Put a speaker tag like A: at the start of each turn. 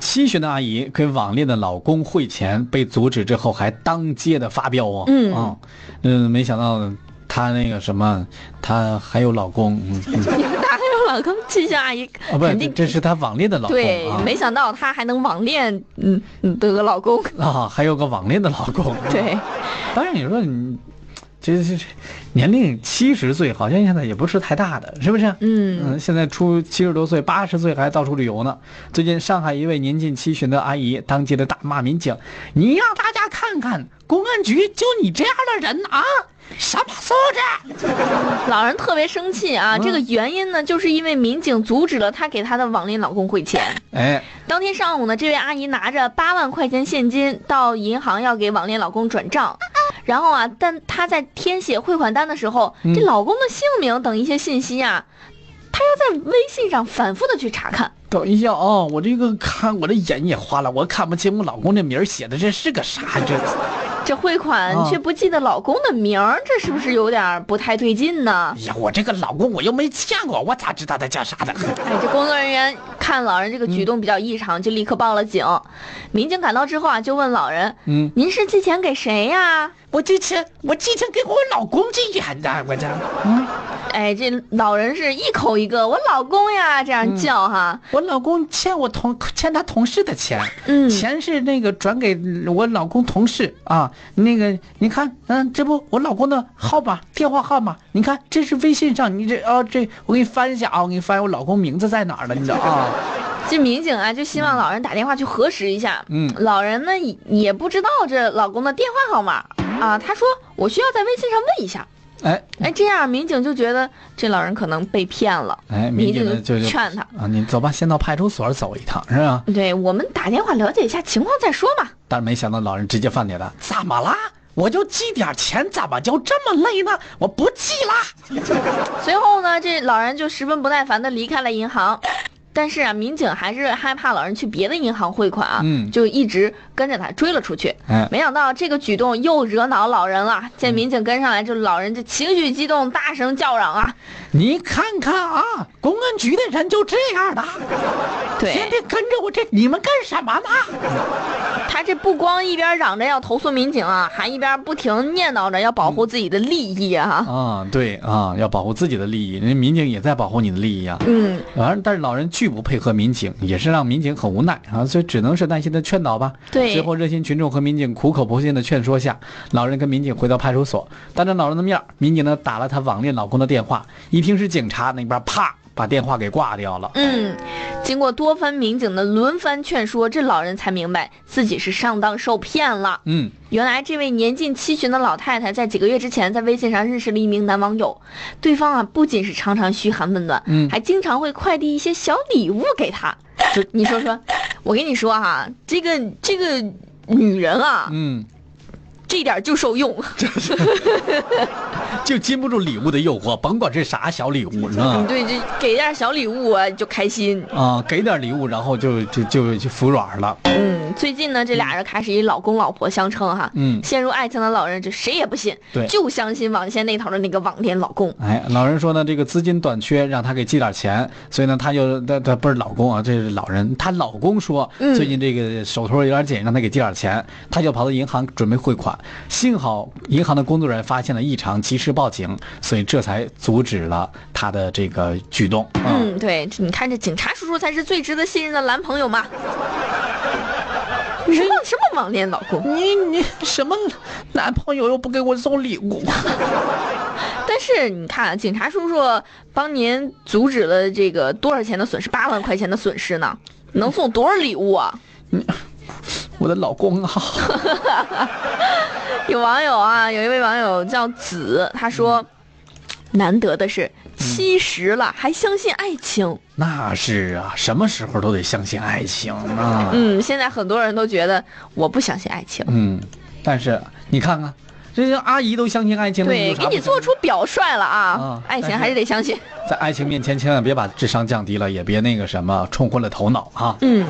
A: 七旬的阿姨跟网恋的老公会钱，被阻止之后还当街的发飙哦。
B: 嗯
A: 啊嗯，没想到她那个什么，她还有老公，嗯嗯
B: 她还有老公，气象阿姨
A: 啊，不
B: 肯
A: 是，
B: 定
A: 这是她网恋的老公
B: 对，
A: 啊
B: 没想到她还能网恋，嗯，嗯得老公，
A: 啊，还有个网恋的老公。啊
B: 对，
A: 当然你说你，这这这年龄七十岁，好像现在也不是太大的，是不是？
B: 嗯
A: 嗯，现在出七十多岁、八十岁还到处旅游呢。最近，上海一位年近七旬的阿姨当街的大骂民警：“你让大家看看，公安局就你这样的人啊，什么素质
B: 老人特别生气啊。
A: 嗯
B: 这个原因呢，就是因为民警阻止了她给她的网恋老公汇钱。！”
A: 哎，
B: 当天上午呢，这位阿姨拿着八万块钱现金到银行要给网恋老公转账，然后啊，但她在填写汇款单的时候，
A: 嗯
B: 这老公的姓名等一些信息啊，她要在微信上反复的去查看。
A: 等一下啊、我这个看我这眼也花了，我看不清我老公这名儿写的这是个啥这。
B: 这汇款
A: 啊
B: 却不记得老公的名儿，这是不是有点儿不太对劲呢
A: 哎？呀，我这个老公我又没见过，我咋知道他叫啥的？
B: 哎，这工作人员看老人这个举动比较异常，就立刻报了警。民警赶到之后啊，就问老人
A: 嗯，：“
B: 您是寄钱给谁呀、
A: 我之前我之前给我老公寄钱的，我这。嗯，
B: 哎，这老人是一口一个“我老公呀”这样叫哈。
A: 我老公欠我同欠他同事的钱。
B: 嗯，
A: 钱是那个转给我老公同事啊，那个你看，嗯，这不我老公的号码电话号码，你看这是微信上，你这啊这我给你翻一下啊，我给你翻我老公名字在哪儿了，你知道啊？
B: 这民警啊就希望老人打电话去核实一下。
A: 嗯
B: 老人呢也也不知道这老公的电话号码啊，他说我需要在微信上问一下。
A: 哎
B: 哎，这样民警就觉得这老人可能被骗了，
A: 哎，
B: 民
A: 民警呢就
B: 劝他，
A: 啊，你走吧，先到派出所走一趟是吧？
B: 对我们打电话了解一下情况再说嘛。
A: 但是没想到老人直接翻脸了，怎么啦？我就寄点钱，怎么就这么累呢？我不寄啦。
B: 随后呢，这老人就十分不耐烦的离开了银行。但是啊，民警还是害怕老人去别的银行汇款啊，
A: 嗯
B: 就一直跟着他追了出去。
A: 哎，
B: 没想到这个举动又惹恼老人了，
A: 嗯
B: 见民警跟上来，这老人就情绪激动，大声叫嚷啊！
A: 你看看啊，公安局的人就这样的，天
B: 对
A: 天跟着我这，你们干什么呢？
B: 他这不光一边嚷着要投诉民警啊，还一边不停念叨着要保
A: 嗯
B: 护自己的利益啊。
A: 啊，对啊，要保护自己的利益，人家民警也在保护你的利益啊。
B: 嗯，
A: 而但是老人拒不配合民警，也是让民警很无奈啊，所以只能是耐心的劝导吧。
B: 对
A: 最后热心群众和民警苦口婆心的劝说下，老人跟民警回到派出所，当着老人的面儿，民警呢打了她网恋老公的电话，一听是警察，那边啪把电话给挂掉了。
B: 嗯，经过多番民警的轮番劝说，这老人才明白自己是上当受骗了。
A: 嗯，
B: 原来这位年近七旬的老太太，在几个月之前在微信上认识了一名男网友，对方啊不仅是常常嘘寒问暖，
A: 嗯
B: 还经常会快递一些小礼物给他
A: 这。
B: 你说说，我跟你说哈、啊这个这个女人啊，
A: 嗯，
B: 这点就受用。
A: 就禁不住礼物的诱惑，甭管是啥小礼物呢。
B: 对，这给点小礼物啊就开心。
A: 啊，给点礼物，然后就就就就服软了。
B: 嗯，最近呢，这俩人开始以老公老婆相称哈。
A: 嗯
B: 陷入爱情的老人，这谁也不信，
A: 对
B: 就相信网线那头的那个网恋老公。
A: 哎，老人说呢，这个资金短缺，让他给寄点钱，所以呢，他就他他不是老公啊，这是老人，她老公说、
B: 嗯
A: 最近这个手头有点紧，让他给寄点钱，他就跑到银行准备汇款，幸好银行的工作人员发现了异常，及时报警，所以这才阻止了他的这个举动。啊，
B: 嗯，对，这你看这警察叔叔才是最值得信任的男朋友嘛。什么什么网恋老公？
A: 你你什么男朋友又不给我送礼物？
B: 但是你看，啊警察叔叔帮您阻止了这个多少钱的损失？八万块钱的损失呢？能送多少礼物啊？
A: 我的老公啊，
B: 有网友啊，有一位网友叫子，他说，难得的是七十了还相信爱情。
A: 那是啊，什么时候都得相信爱情啊。
B: 嗯，现在很多人都觉得我不相信爱情。
A: 嗯，但是你看看，这些阿姨都相信爱情了，
B: 对，
A: 有啥
B: 给
A: 不
B: 你做
A: 相
B: 出表率了啊
A: 嗯！
B: 爱情
A: 但是
B: 还是得相信。
A: 信在爱情面前千万别把智商降低了，也别那个什么冲昏了头脑啊。
B: 嗯，